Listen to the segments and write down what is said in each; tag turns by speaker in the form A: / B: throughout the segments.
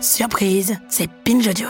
A: Surprise, c'est Binge Audio.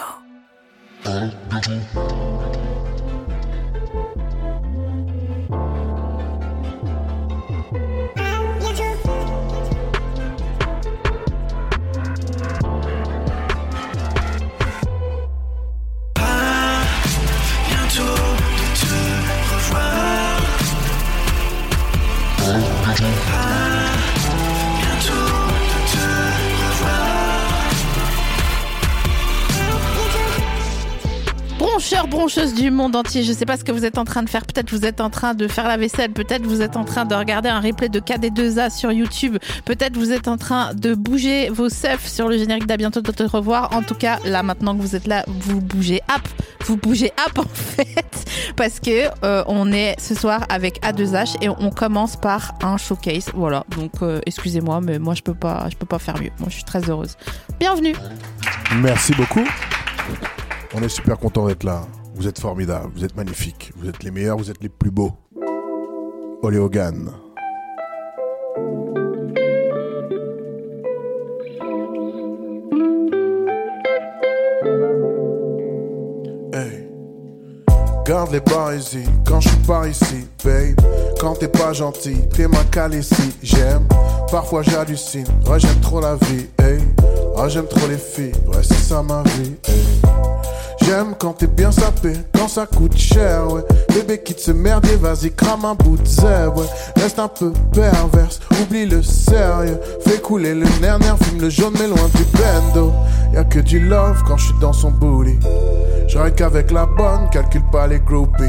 A: Broncheurs, broncheuses du monde entier, je sais pas ce que vous êtes en train de faire. Peut-être vous êtes en train de faire la vaisselle, peut-être vous êtes en train de regarder un replay de KD2A sur YouTube, peut-être vous êtes en train de bouger vos seufs sur le générique d'à bientôt de te revoir. En tout cas, là maintenant que vous êtes là, vous bougez up, vous bougez up en fait, parce que euh, on est ce soir avec A2H et on commence par un showcase. Voilà, donc euh, excusez-moi, mais moi je peux pas, je peux pas faire mieux. Moi je suis très heureuse. Bienvenue.
B: Merci beaucoup. On est super content d'être là. Vous êtes formidables, vous êtes magnifiques, vous êtes les meilleurs, vous êtes les plus beaux. Olé Hogan. Hey. Garde les bars ici, quand je suis pas ici, babe. Quand t'es pas gentil, t'es ma cale ici, j'aime. Parfois j'hallucine, ouais, j'aime trop la vie, hey. Ah, j'aime trop les filles, ouais, c'est ça ma vie, hey. J'aime quand t'es bien sapé, quand ça coûte cher, ouais. Bébé quitte ce merdier, vas-y, crame un bout de zèbre, ouais. Reste un peu perverse, oublie le sérieux. Fais couler le nerf-nerf, fume le jaune, mais loin du bendo. Y'a que du love quand je suis dans son booty. Je rêve qu'avec la bonne, calcule pas les groupies.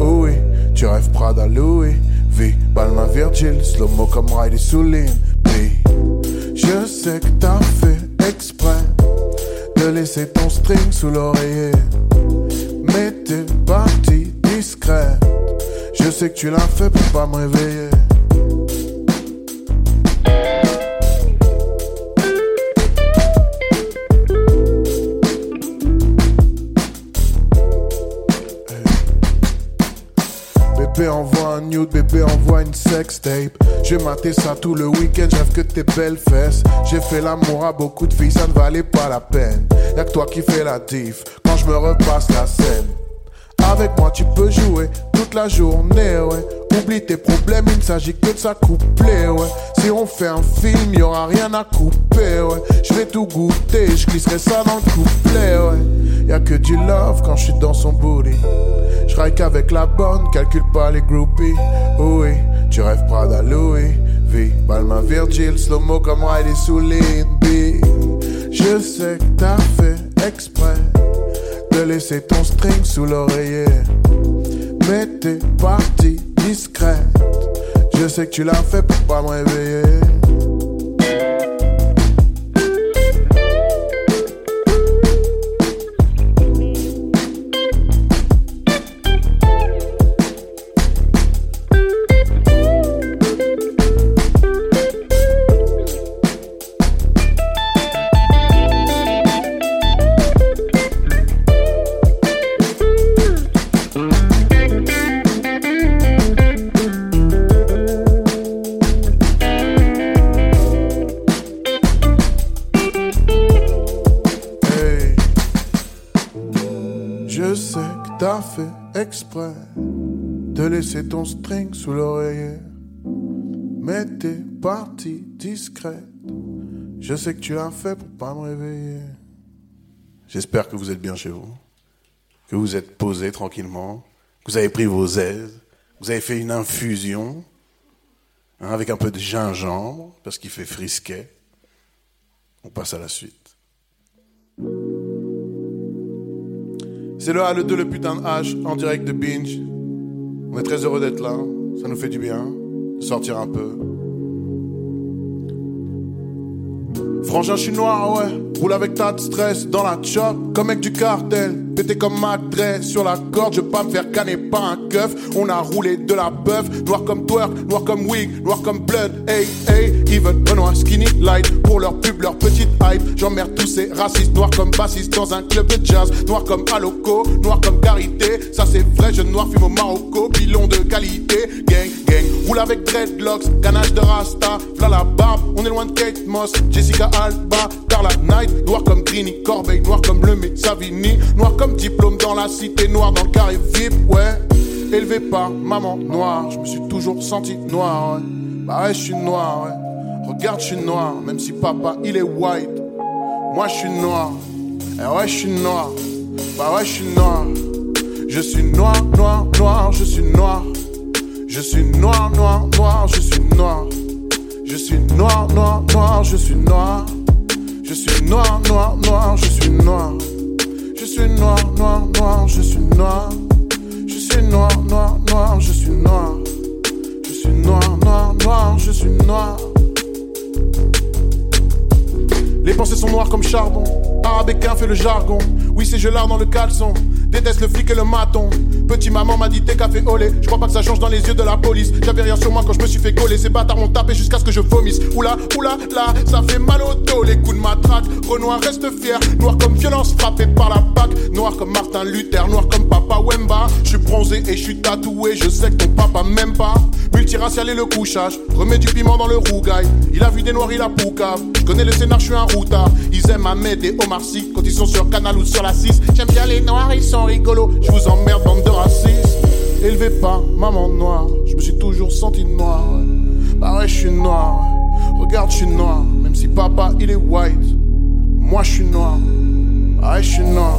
B: Oh oui, tu rêves Prada Louis. V, Balmain Virgil, slow-mo comme Riley Soulin. Puis, je sais que t'as fait exprès de laisser ton string sous l'oreiller. Mais t'es parti discret. Je sais que tu l'as fait pour pas me réveiller. Bébé envoie un nude, bébé envoie une sex tape. J'ai maté ça tout le week-end, j'rêve que tes belles fesses. J'ai fait l'amour à beaucoup de filles, ça ne valait pas la peine. Y'a que toi qui fais la diff quand je me repasse la scène. Avec moi tu peux jouer toute la journée, ouais. Oublie tes problèmes, il ne s'agit que de s'accoupler, ouais. Si on fait un film, y aura rien à couper, ouais. Je vais tout goûter, je glisserai ça dans le couplet, ouais. Y a que du love quand je suis dans son booty. Je qu'avec la bonne, calcule pas les groupies. Oh oui, tu rêves Prada Louis, vie, Balmain Virgil, slow-mo comme Riley Soulin, B. Je sais que t'as fait exprès de laisser ton string sous l'oreiller. Mais t'es parti discrète. Je sais que tu l'as fait pour pas me réveiller. Hey. Je sais que t'as fait exprès de laisser ton string sous l'oreiller. Mais t'es parti discrète. Je sais que tu l'as fait pour pas me réveiller. J'espère que vous êtes bien chez vous, que vous êtes posé tranquillement, que vous avez pris vos aises, que vous avez fait une infusion hein, avec un peu de gingembre parce qu'il fait frisquet. On passe à la suite. C'est le A, le 2, le putain de H en direct de Binge. On est très heureux d'être là, ça nous fait du bien. sortir un peu. Frangin, je suis noir, ouais. Roule avec tas de stress dans la chop, comme mec du cartel. Pété comme ma dresse sur la corde, je veux pas me faire canner par un keuf. On a roulé de la bœuf, noir comme twerk, noir comme wig, noir comme blood. Hey, hey, even Benoît, skinny light. Pour leur pub, leur petite hype. J'emmerde tous ces racistes, noirs comme bassistes dans un club de jazz. Noir comme Aloco, noir comme Carité. Ça c'est vrai, je noir fume au Marocco, pilon de qualité. Gang, gang, roule avec dreadlocks, canage de rasta. V'là la barbe, on est loin de Kate Moss, Jessica Alba, Carla Knight. Noir comme Trini, Corbeil, noir comme le Savini, noir comme diplôme dans la cité, noir dans le carré VIP, ouais. Élevé par maman noire, je me suis toujours senti noir, ouais. Bah ouais, je suis noir, ouais. Regarde, je suis noir, même si papa il est white. Moi, je suis noir. Eh ouais, je suis noir. Bah ouais, je suis noir. Je suis noir, noir, noir, je suis noir. Je suis noir, noir, noir, je suis noir. Je suis noir, noir, noir, je suis noir. Je suis noir, noir, noir, je suis noir. Je suis noir, noir, noir, je suis noir. Je suis noir, noir, noir, je suis noir. Je suis noir, noir, noir, je suis noir. Les pensées sont noires comme charbon. Arabéquin fait le jargon. Oui, c'est gelard dans le caleçon. Déteste le flic et le maton. Petit maman m'a dit t'es café olé. Je crois pas que ça change dans les yeux de la police. J'avais rien sur moi quand je me suis fait coller. Ces bâtards m'ont tapé jusqu'à ce que je vomisse. Oula, oula, là, ça fait mal au dos. Les coups de matraque. Renoir reste fier. Noir comme violence frappée par la PAC. Noir comme Martin Luther. Noir comme Papa Wemba. Je suis bronzé et je suis tatoué. Je sais que ton papa m'aime pas. Multiracial et le couchage. Remets du piment dans le rougail. Il a vu des noirs, il a poucave. Je connais le scénar, je suis un routard. Ils aiment Ahmed et Omar Sy quand ils sont sur Canal ou sur la 6. J'aime bien les noirs, ils sont rigolos. Je vous emmerde, bande de racistes. Élevé par maman noire, je me suis toujours senti noir. ouais. Bah ouais, je suis noir. ouais. Regarde, je suis noir. Même si papa il est white, moi je suis noir. Bah ouais, je suis noir.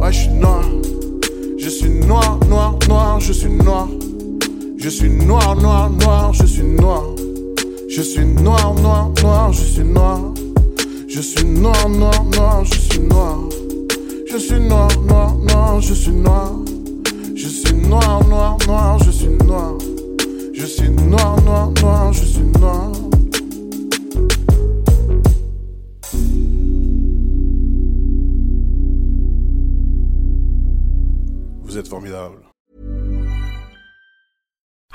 B: Ouais, je suis noir. Je suis noir, noir, noir, je suis noir. Je suis noir, noir, noir, je suis noir. Je suis noir, noir, noir, je suis noir. Je suis noir, noir, noir, je suis noir. Je suis noir, noir, noir, je suis noir. Je suis noir, noir, noir, je suis noir. Je suis noir, noir, noir, je suis noir. Vous êtes formidable.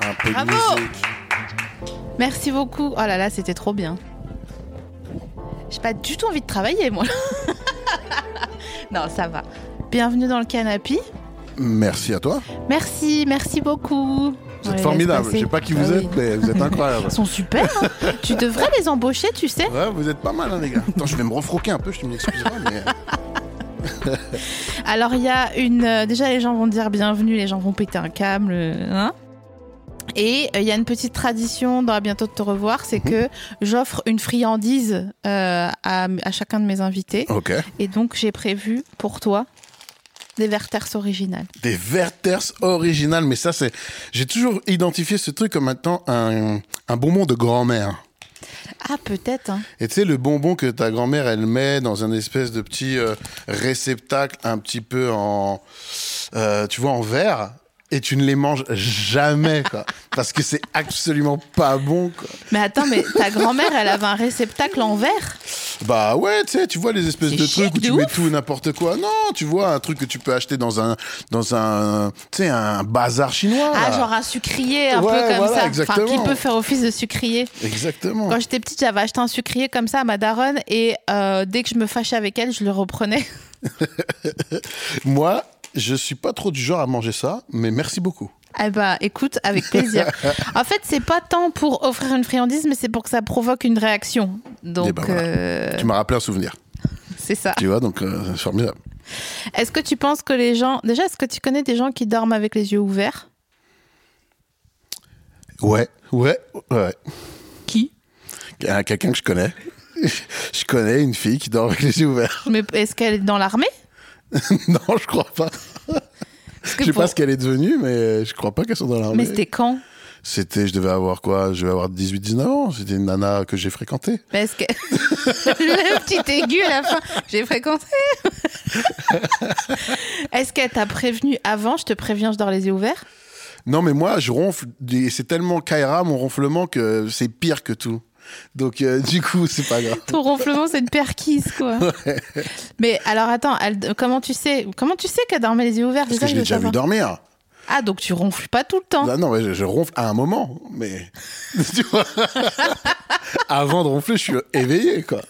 B: Un peu de
A: Bravo
B: musique.
A: Merci beaucoup. Oh là là, c'était trop bien. J'ai pas du tout envie de travailler, moi. non, ça va. Bienvenue dans le canapé.
B: Merci à toi.
A: Merci, merci beaucoup.
B: Vous êtes formidable. Je sais pas qui vous
A: Bah
B: êtes, mais vous êtes incroyable.
A: Ils sont super. hein. tu devrais les embaucher, tu sais.
B: Ouais, vous êtes pas mal, hein, les gars. Attends, je vais me refroquer un peu, je te m'excuseras, mais. euh,
A: Alors il y a une. euh, déjà les gens vont dire bienvenue, les gens vont péter un câble, euh, hein. Et euh, il y a une petite tradition dans À bientôt de te revoir,
B: Mhm.
A: c'est que j'offre une friandise euh, à, à chacun de mes invités.
B: Ok.
A: Et donc j'ai prévu pour toi des Werther's originales.
B: Des Werther's originales, mais ça, c'est. J'ai toujours identifié ce truc comme étant un, un bonbon de grand-mère.
A: Ah peut-être. hein.
B: Et tu sais, le bonbon que ta grand-mère, elle met dans un espèce de petit euh, réceptacle un petit peu en. euh, tu vois, en verre. Et tu ne les manges jamais, quoi. parce que c'est absolument pas bon, quoi.
A: Mais attends, mais ta grand-mère, elle avait un réceptacle en verre.
B: Bah ouais, tu sais, tu vois les espèces
A: C'est
B: de
A: chic
B: trucs où
A: de
B: tu mets
A: ouf.
B: tout et n'importe quoi. Non, tu vois un truc que tu peux acheter dans un dans un tu sais un bazar chinois.
A: Ah,
B: là.
A: genre un sucrier un
B: Ouais,
A: peu comme
B: voilà,
A: ça.
B: exactement.
A: Enfin, qui peut faire office de sucrier
B: Exactement.
A: Quand j'étais petite, j'avais acheté un sucrier comme ça à ma daronne et euh, dès que je me fâchais avec elle, je le reprenais.
B: Moi, je suis pas trop du genre à manger ça, mais merci beaucoup.
A: Eh bah, écoute, avec plaisir. en fait, c'est pas tant pour offrir une friandise, mais c'est pour que ça provoque une réaction.
B: Eh
A: Donc,
B: ben voilà.
A: euh,
B: Tu m'as rappelé un souvenir.
A: c'est ça.
B: Tu vois, donc euh, c'est formidable.
A: Est-ce que tu penses que les gens. Déjà, est-ce que tu connais des gens qui dorment avec les yeux ouverts
B: Ouais, ouais, ouais.
A: Qui
B: Euh, Quelqu'un que je connais. Je connais une fille qui dort avec les yeux ouverts.
A: Mais est-ce qu'elle est dans l'armée
B: non, je crois pas.
A: Parce que
B: Je sais
A: pour-
B: pas ce qu'elle est devenue, mais je crois pas qu'elle soit dans l'armée.
A: Mais c'était quand
B: C'était, je devais avoir quoi Je devais avoir 18-19 ans. C'était une nana que j'ai fréquentée.
A: Mais est-ce que. Le petit aigu à la fin. J'ai fréquenté. est-ce qu'elle t'a prévenu avant Je te préviens, je dors les yeux ouverts
B: Non, mais moi, je ronfle. des- C'est tellement Kaira, mon ronflement, que c'est pire que tout. Donc, euh, du coup, c'est pas grave.
A: Ton ronflement, c'est une perquise, quoi. Mais alors, attends, elle- comment tu sais Comment tu sais qu'elle dormait les yeux ouverts C'est
B: Parce
A: ça
B: que
A: que
B: je
A: je
B: l'ai
A: veux
B: déjà
A: savoir.
B: vu Bah. dormir. Ah
A: Ah, donc tu ronfles pas tout le temps
B: Non, non, mais je, je ronfle à un moment, mais tu vois, avant de ronfler, je suis éveillé, quoi.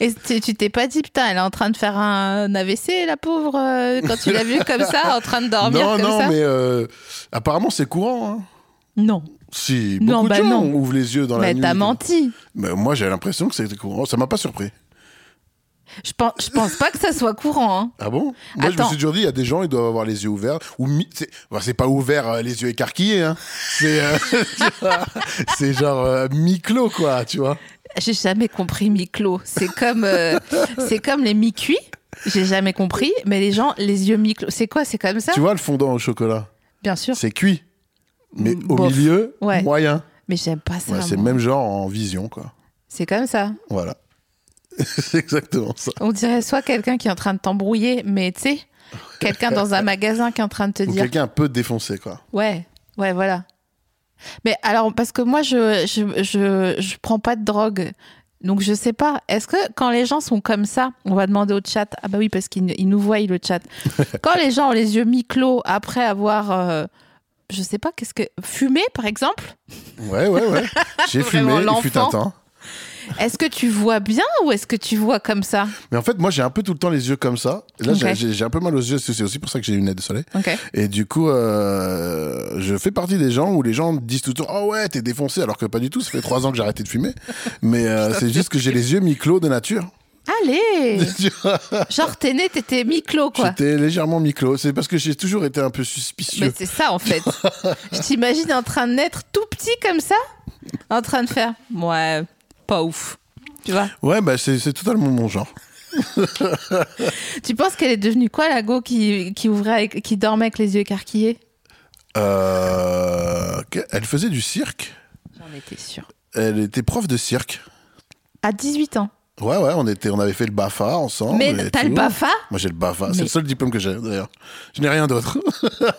A: Et tu tu t'es pas dit, putain, elle est en train de faire un AVC, la pauvre, euh, quand tu l'as vue comme ça, en train de dormir
B: non,
A: comme
B: non,
A: ça
B: mais euh, apparemment, c'est courant. hein.
A: Non,
B: Si,
A: Non,
B: beaucoup
A: bah
B: de gens
A: non.
B: ouvrent les yeux dans la
A: mais
B: nuit.
A: t'as menti.
B: Mais moi, j'ai l'impression que c'était courant. Ça m'a pas surpris.
A: Je pense, je pense pas que ça soit courant. hein.
B: Ah bon Moi, je me
A: Attends.
B: suis toujours dit, il y a des gens, ils doivent avoir les yeux ouverts. Ou mi- c'est enfin, c'est pas ouvert, euh, les yeux écarquillés. Hein. C'est euh, tu vois, c'est genre euh, mi-clos, quoi, tu vois.
A: J'ai jamais compris mi-clos. C'est comme, euh, c'est comme les mi-cuits. J'ai jamais compris, mais les gens, les yeux mi-clos. C'est quoi C'est comme ça
B: Tu vois le fondant au chocolat
A: Bien sûr.
B: C'est cuit. Mais
A: Mm,
B: au
A: bof.
B: milieu,
A: Ouais.
B: moyen.
A: Mais j'aime pas ça.
B: Ouais, c'est le
A: moi.
B: même genre en vision, quoi.
A: C'est comme ça.
B: Voilà. c'est exactement ça.
A: On dirait soit quelqu'un qui est en train de t'embrouiller, mais tu sais, quelqu'un dans un magasin qui est en train de te
B: Ou
A: dire
B: quelqu'un un peu défoncé, quoi.
A: Ouais, ouais, voilà. Mais alors, parce que moi, je, je, je, je prends pas de drogue. Donc, je sais pas. Est-ce que quand les gens sont comme ça, on va demander au chat. Ah, bah oui, parce qu'ils ils nous voient, le chat. quand les gens ont les yeux mi-clos après avoir, euh, je sais pas, qu'est-ce que. Fumé, par exemple
B: Ouais, ouais, ouais. J'ai
A: Vraiment
B: fumé, il fut un
A: l'enfant.
B: temps.
A: Est-ce que tu vois bien ou est-ce que tu vois comme ça
B: Mais en fait, moi, j'ai un peu tout le temps les yeux comme ça. Et là, j'ai-
A: Ok.
B: j'ai j'ai un peu mal aux yeux. C'est c'est aussi pour ça que j'ai des lunettes de soleil.
A: Ok.
B: Et du coup, euh, je fais partie des gens où les gens disent tout le temps Oh ouais, t'es défoncé, alors que pas du tout. Ça fait trois ans que j'ai arrêté de fumer. Mais euh, c'est juste que j'ai les yeux mi-clos de nature.
A: Allez
B: Tu vois,
A: Genre, t'es né, t'étais mi-clos, quoi.
B: J'étais légèrement mi-clos. C'est parce que j'ai toujours été un peu
A: Mais
B: suspicieux.
A: Bah, c'est ça en fait. je t'imagine en train de naître tout petit comme ça, en train de faire ouais, pas ouf. Tu vois
B: Ouais, bah, c'est c'est totalement mon genre.
A: Tu penses qu'elle est devenue quoi la go qui qui ouvrait avec- qui dormait avec les yeux écarquillés
B: Euh, que- Elle faisait du cirque.
A: J'en étais sûre.
B: Elle était prof de cirque.
A: À 18 ans.
B: Ouais, ouais, on, était, on avait fait le BAFA ensemble.
A: mais
B: et
A: t'as le
B: tout.
A: Bafa
B: Moi, j'ai le BAFA.
A: Mais-
B: C'est le seul diplôme que j'ai, d'ailleurs. Je n'ai rien d'autre.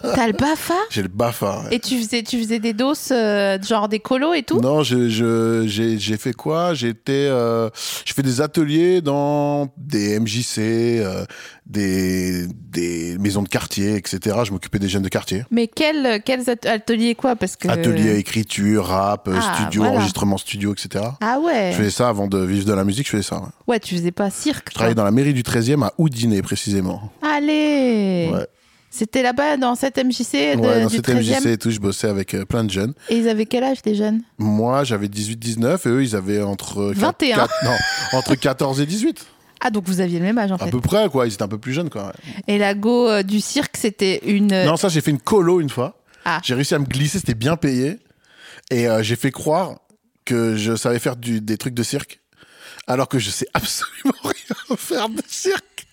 A: T'as le Bafa
B: j'ai le BAFA. ouais.
A: Et tu faisais tu faisais des doses euh, genre des colos et tout
B: Non, je- je- j'ai j'ai fait quoi J'étais, euh, je fais des ateliers dans des MJC, euh, des, des maisons de quartier, etc. Je m'occupais des jeunes de quartier.
A: Mais quels quels at- ateliers quoi parce que
B: Ateliers, écriture, rap, euh,
A: Ah,
B: studio,
A: voilà.
B: enregistrement studio, etc.
A: Ah
B: Je
A: ouais.
B: faisais ça avant de vivre de la musique, je faisais ça. ouais.
A: Ouais, tu faisais pas cirque.
B: Je travaillais
A: toi.
B: dans la mairie du 13e à Houdinet, précisément.
A: Allez.
B: Ouais.
A: C'était là-bas dans cette MJC de-
B: Ouais, dans
A: du
B: cette
A: 13e.
B: MJC et tout, je bossais avec euh, plein de jeunes.
A: Et ils avaient quel âge, les jeunes
B: Moi, j'avais 18-19 et eux, ils avaient entre, quatre-
A: 21.
B: quatre- non, entre 14 et 18.
A: Ah, donc vous aviez le même âge, en
B: À
A: fait.
B: peu près, quoi. Ils étaient un peu plus jeunes, quoi. ouais.
A: Et la go euh, du cirque, c'était une... euh,
B: Non, ça, j'ai fait une colo une fois.
A: Ah.
B: J'ai réussi à me glisser, c'était bien payé. Et euh, j'ai fait croire que je savais faire du- des trucs de cirque, alors que je sais absolument rien faire de cirque.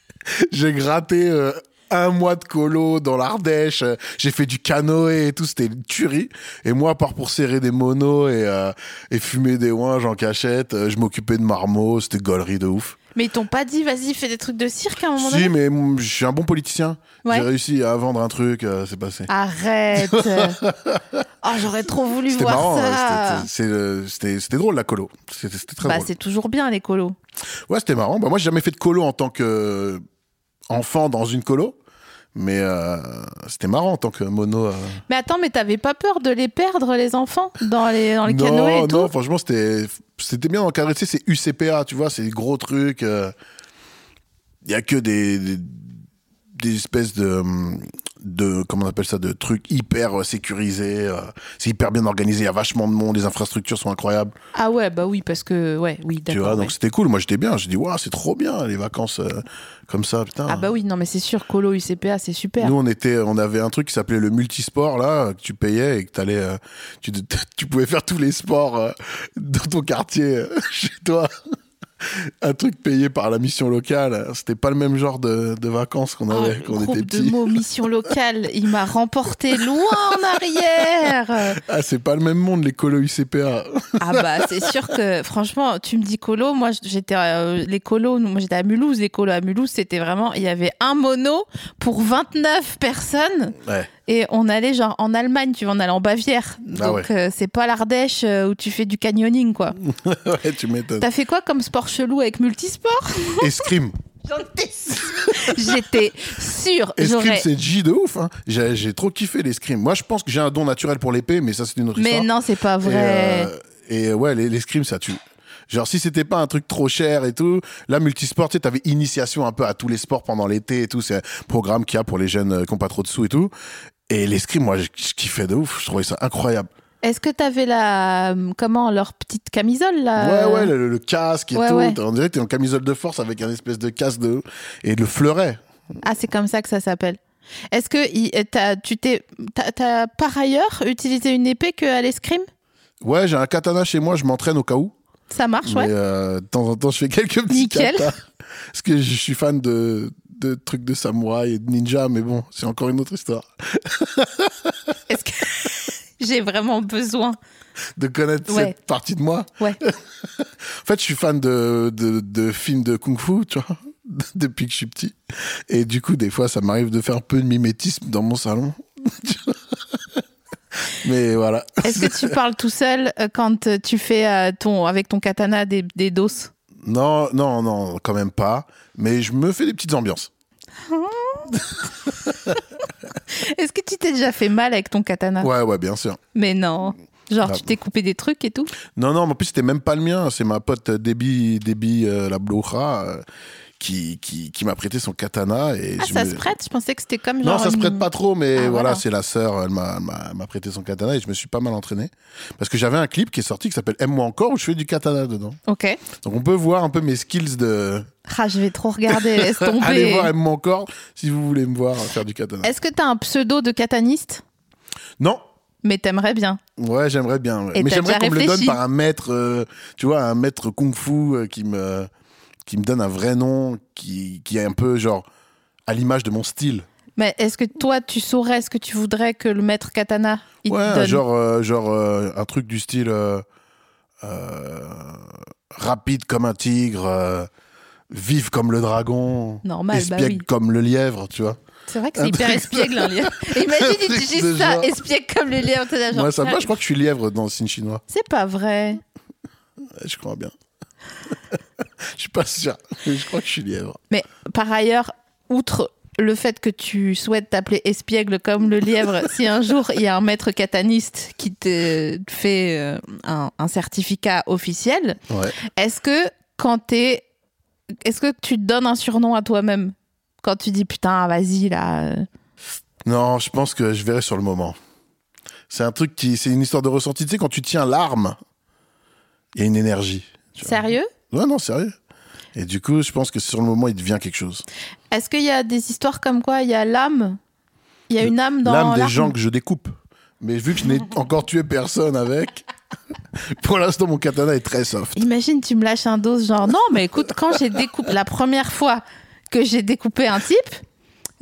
B: J'ai gratté euh, un mois de colo dans l'Ardèche, euh, j'ai fait du canoë et tout, c'était une tuerie. Et moi, à part pour serrer des monos et, euh, et fumer des ouinges en cachette, euh, je m'occupais de marmots, c'était gaulerie de ouf.
A: Mais ils t'ont pas dit, vas-y, fais des trucs de cirque, à un moment
B: Si,
A: donné
B: mais mm, je suis un bon politicien.
A: Ouais.
B: J'ai réussi à vendre un truc, euh, c'est passé.
A: Arrête Oh, j'aurais trop voulu
B: C'était
A: voir
B: marrant,
A: ça
B: euh, c'était- c'est, euh, c'était c'était drôle la colo. C'était c'était très
A: Bah,
B: drôle.
A: c'est toujours bien, les colos.
B: Ouais, c'était marrant. Bah, moi, j'ai jamais fait de colo en tant que euh, enfant dans une colo, mais euh, c'était marrant en tant que mono. euh.
A: Mais attends, mais t'avais pas peur de les perdre, les enfants, dans les, dans les
B: non,
A: canoës et tout
B: non, franchement, c'était c'était bien encadré. Tu sais, c'est UCPA, tu vois, c'est des gros trucs. euh. Il y a que des, des, des espèces de hum, de comment on appelle ça de trucs hyper euh, sécurisés euh, c'est hyper bien organisé il y a vachement de monde les infrastructures sont incroyables
A: Ah ouais, bah oui, parce que, ouais, oui,
B: tu vois
A: d'accord. ouais.
B: donc c'était cool moi j'étais bien j'ai dit waouh c'est trop bien les vacances euh, comme ça putain
A: Ah bah oui, non, mais c'est sûr, Colo UCPA, c'est super.
B: Nous, on était, on avait un truc qui s'appelait le multisport là, que tu payais et que t'allais, euh, tu, tu pouvais faire tous les sports euh, dans ton quartier, euh, chez toi. Un truc payé par la mission locale. C'était pas le même genre de, de vacances qu'on
A: Oh,
B: avait
A: le
B: quand on
A: groupe
B: était
A: de
B: petit.
A: mots mission locale, il m'a remporté loin en arrière.
B: Ah, c'est pas le même monde les colos UCPA.
A: Ah bah c'est sûr que franchement, tu me dis colo, moi j'étais euh, les colos, nous, moi j'étais à Mulhouse, les colos à Mulhouse, c'était vraiment il y avait un mono pour 29 personnes
B: Ouais.
A: et on allait genre en Allemagne, tu vois, on allait en Bavière. Donc
B: Ah
A: euh, c'est pas l'Ardèche euh, où tu fais du canyoning quoi.
B: ouais, tu m'étonnes.
A: T'as fait quoi comme sport chelou avec multisport
B: Escrime.
A: J'en étais sûre. J'étais sûre,
B: Escrime,
A: j'aurais
B: c'est G de ouf. hein. J'ai j'ai trop kiffé l'escrime. Moi, je pense que j'ai un don naturel pour l'épée, mais ça, c'est une autre
A: Mais
B: histoire.
A: non, c'est pas vrai.
B: Et, euh, et, euh, ouais, les, les scrims, ça tue. Genre, si c'était pas un truc trop cher et tout, là, multisport, tu sais, t'avais initiation un peu à tous les sports pendant l'été et tout. C'est un programme qu'il y a pour les jeunes euh, qui ont pas trop de sous et tout. Et les scrims, moi, je je kiffais de ouf. Je trouvais ça incroyable.
A: Est-ce que t'avais la euh, comment leur petite camisole là
B: Ouais, ouais, le, le casque et
A: Euh. ouais,
B: tout.
A: ouais.
B: On dirait que t'es en camisole de force avec un espèce de casque de. Et le fleuret.
A: Ah, c'est comme ça que ça s'appelle. Est-ce que il- euh, t'as- tu t'es t'as- t'as par ailleurs utilisé une épée que à l'escrime
B: Ouais, j'ai un katana chez moi, je m'entraîne au cas où.
A: Ça marche,
B: Mais
A: ouais.
B: euh, de temps en temps, je fais quelques petits
A: Nickel.
B: katas. Parce que je suis fan de, de trucs de samouraï et de ninja, mais bon, c'est encore une autre histoire.
A: Est-ce que j'ai vraiment besoin
B: de connaître
A: Ouais.
B: cette partie de moi.
A: Ouais.
B: En fait, je suis fan de, de, de films de kung-fu, tu vois, depuis que je suis petit. Et du coup, des fois, ça m'arrive de faire un peu de mimétisme dans mon salon. Tu vois. Mais voilà.
A: Est-ce que tu parles tout seul euh, quand euh, tu fais euh, ton avec ton katana des, des doses
B: Non, non, non, quand même pas. Mais je me fais des petites ambiances.
A: Est-ce que tu t'es déjà fait mal avec ton katana
B: Ouais, ouais, bien sûr.
A: Mais non. Genre
B: Ah.
A: tu t'es coupé des trucs et tout.
B: Non, non, mais en plus, c'était même pas le mien. C'est ma pote Debbie, Debbie euh, la Bloucha, euh, qui, qui, qui m'a prêté son katana. Et
A: Ah
B: je
A: ça
B: me-
A: se prête Je pensais que c'était comme genre.
B: Non, ça se
A: une-
B: prête pas trop, mais
A: Ah,
B: voilà,
A: voilà.
B: c'est la sœur, elle m'a- elle m'a elle m'a prêté son katana et je me suis pas mal entraîné. Parce que j'avais un clip qui est sorti qui s'appelle Aime-moi encore où je fais du katana dedans.
A: Ok.
B: Donc on peut voir un peu mes skills de.
A: Ah, je vais trop regarder. Laisse Euh, tomber.
B: Allez voir Aime-moi encore si vous voulez me voir faire du katana.
A: Est-ce que t'as un pseudo de kataniste
B: Non!
A: Mais t'aimerais bien.
B: Ouais, j'aimerais bien. ouais.
A: Et
B: Mais
A: t'as
B: j'aimerais
A: déjà
B: qu'on me le donne
A: réfléchi
B: par un maître, euh, tu vois, un maître kung-fu euh, qui me qui me donne un vrai nom, qui qui est un peu genre à l'image de mon style.
A: Mais est-ce que toi, tu saurais ce que tu voudrais que le maître katana il
B: ouais,
A: te donne
B: genre, euh, genre euh, un truc du style euh, euh, rapide comme un tigre, euh, vive comme le dragon,
A: Normal, bah
B: espiègle
A: oui.
B: comme le lièvre, tu vois.
A: C'est vrai que
B: un
A: c'est hyper
B: truc-
A: espiègle, un lièvre. Imagine,
B: Un
A: il
B: truc
A: dit
B: de
A: juste ça,
B: genre.
A: espiègle comme les lièvres. t'es là, genre,
B: Moi, ça me va,
A: ah,
B: je crois que je suis lièvre dans le signe chinois.
A: C'est pas vrai.
B: Ouais, Je crois bien. Je suis pas sûr, mais je crois que je suis lièvre.
A: Mais par ailleurs, outre le fait que tu souhaites t'appeler espiègle comme le lièvre, si un jour il y a un maître kataniste qui te fait euh, un, un certificat officiel,
B: Ouais.
A: est-ce que quand t'es. Est-ce que tu te donnes un surnom à toi-même Quand tu dis putain, vas-y là. euh,
B: Non, je pense que je verrai sur le moment. C'est un truc qui. C'est une histoire de ressenti. Tu sais, quand tu tiens l'arme, il y a une énergie. tu vois.
A: Sérieux
B: Ouais, non, sérieux. Et du coup, je pense que sur le moment, il devient quelque chose.
A: Est-ce qu'il y a des histoires comme quoi il y a l'âme Il y a une âme dans
B: l'âme des
A: l'arme
B: gens que je découpe. Mais vu que je n'ai encore tué personne avec, pour l'instant mon katana est très soft.
A: Imagine, tu me lâches un dos genre non, mais écoute, quand j'ai découpé la première fois que j'ai découpé un type.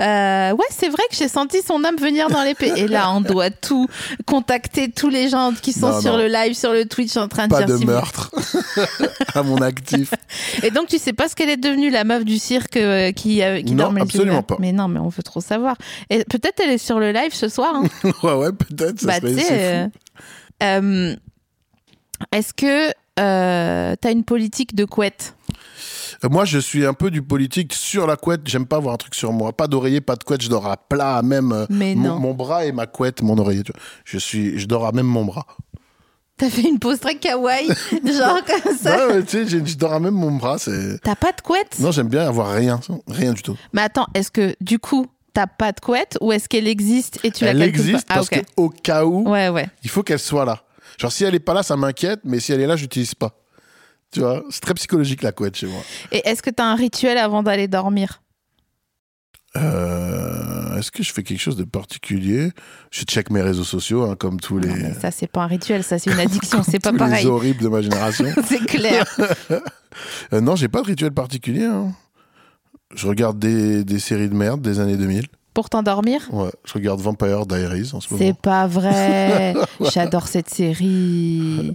A: euh, ouais, c'est vrai que j'ai senti son âme venir dans l'épée. Et là, on doit tout contacter tous les gens qui sont
B: Non,
A: sur
B: non.
A: le live, sur le Twitch, en train de
B: Pas
A: dire.
B: de
A: si vous-
B: meurtre à mon actif.
A: Et donc, tu sais pas ce qu'elle est devenue, la meuf du cirque euh, qui, euh, qui
B: Non,
A: dormait les yeux
B: absolument
A: ouverts.
B: pas.
A: Mais non, mais on veut trop savoir. Et peut-être elle est sur le live ce soir. hein.
B: ouais, ouais, peut-être. Ça
A: Bah,
B: serait
A: tu sais,
B: c'est fou.
A: euh, euh, Est-ce que euh, t'as une politique de couette
B: Euh, Moi, je suis un peu du politique sur la couette. J'aime pas avoir un truc sur moi. Pas d'oreiller, pas de couette. Je dors à plat, à même euh,
A: Mais non.
B: mon, mon bras et ma couette, mon oreiller. tu vois. Je suis, je dors à même mon bras.
A: T'as fait une pose très kawaii, genre comme ça.
B: Ouais, ouais, tu sais, j'ai- je dors à même mon bras. C'est
A: T'as pas de couette
B: non, j'aime bien avoir rien, rien du tout.
A: Mais attends, est-ce que du coup, t'as pas de couette ou est-ce qu'elle existe et tu
B: elle
A: la calcules pas
B: existe
A: Ah,
B: parce
A: ok.
B: que au cas où,
A: Ouais, ouais.
B: il faut qu'elle soit là. Genre si elle est pas là, ça m'inquiète, mais si elle est là, j'utilise pas. Tu vois, c'est très psychologique la couette chez moi.
A: Et est-ce que t'as un rituel avant d'aller dormir
B: Euh, Est-ce que je fais quelque chose de particulier Je check mes réseaux sociaux, hein, comme tous les,
A: Non, mais Ça, c'est pas un rituel, ça, c'est une addiction, c'est pas
B: tous les
A: pareil.
B: horribles de ma génération.
A: c'est clair.
B: Euh, non, j'ai pas de rituel particulier. hein. Je regarde des, des séries de merde des années 2000.
A: Pour t'endormir
B: Ouais, je regarde Vampire Diaries en ce
A: C'est
B: moment.
A: pas vrai. J'adore cette série.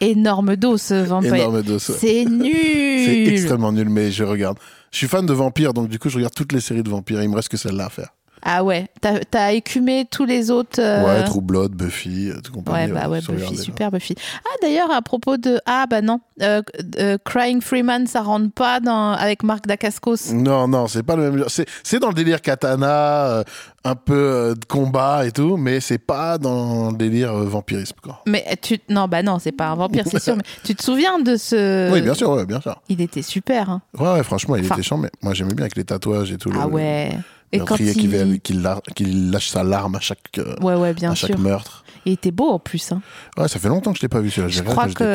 A: Énorme dos, ce vampire.
B: Énorme de ça.
A: C'est
B: C'est
A: nul.
B: extrêmement nul, mais je regarde. Je suis fan de vampires, donc du coup, je regarde toutes les séries de vampires. Il me reste que celle-là à faire.
A: Ah ouais, t'as t'as écumé tous les autres. euh,
B: Ouais, True Blood, Buffy, euh, tout compagnie.
A: Ouais, bah ouais,
B: je
A: Buffy,
B: regardais,
A: super Buffy. Ah, d'ailleurs, à propos de. Ah, bah non, euh, euh, Crying Freeman, ça rentre pas dans... avec Marc
B: là.
A: Dacascos.
B: Non, non, c'est pas le même genre. C'est c'est dans le délire katana, euh, un peu euh, de combat et tout, mais c'est pas dans le délire euh, vampirisme, quoi.
A: Mais tu. Non, bah non, c'est pas un vampire, c'est sûr. Mais tu te souviens de ce.
B: Oui, bien sûr, ouais, bien sûr.
A: Il était super. hein.
B: Ouais, ouais, franchement, il
A: Euh, Enfin-
B: était chiant, mais moi, j'aimais bien avec les tatouages et tout. le-
A: Ah ouais.
B: Le
A: Et quand
B: meurtrier
A: il...
B: qui, va- qui lar- qui lâche sa larme à chaque, euh,
A: Ouais, ouais, bien
B: à chaque
A: sûr.
B: meurtre.
A: Il était beau en plus. hein.
B: Ouais, ça fait longtemps que je l'ai pas vu, celui-là.
A: Je
B: l'ai
A: crois
B: regardé quand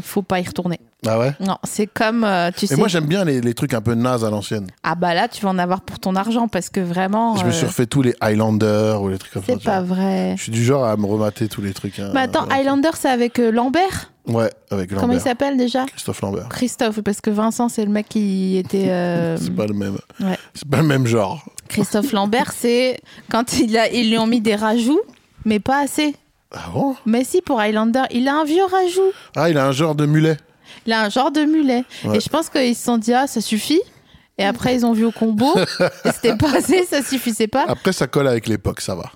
A: que faut pas y retourner.
B: petit. Ah ouais
A: Non, c'est comme euh, tu sais.
B: Et moi, j'aime bien les, les trucs un peu nazes à l'ancienne.
A: Ah bah là, tu vas en avoir pour ton argent parce que vraiment.
B: Je me
A: euh,
B: suis refait tous les Highlander ou les trucs comme ça.
A: C'est
B: tu
A: pas
B: vois.
A: vrai.
B: Je suis du genre à me remater tous les trucs. hein.
A: Mais attends, Highlander, c'est avec euh, Lambert
B: Ouais, avec Lambert.
A: Comment il s'appelle déjà
B: Christophe Lambert.
A: Christophe, parce que Vincent, c'est le mec qui était. euh,
B: C'est pas le même.
A: ouais.
B: C'est pas le même genre.
A: Christophe Lambert, c'est quand il a, ils lui ont mis des rajouts, mais pas assez.
B: Ah bon
A: Mais si, pour Highlander, il a un vieux rajout.
B: Ah, il a un genre de mulet.
A: Il a un genre de mulet.
B: Ouais.
A: Et je pense qu'ils se sont dit, ah, ça suffit. Et après, ils ont vu au combo. et c'était pas assez, ça suffisait pas.
B: Après, ça colle avec l'époque, ça va.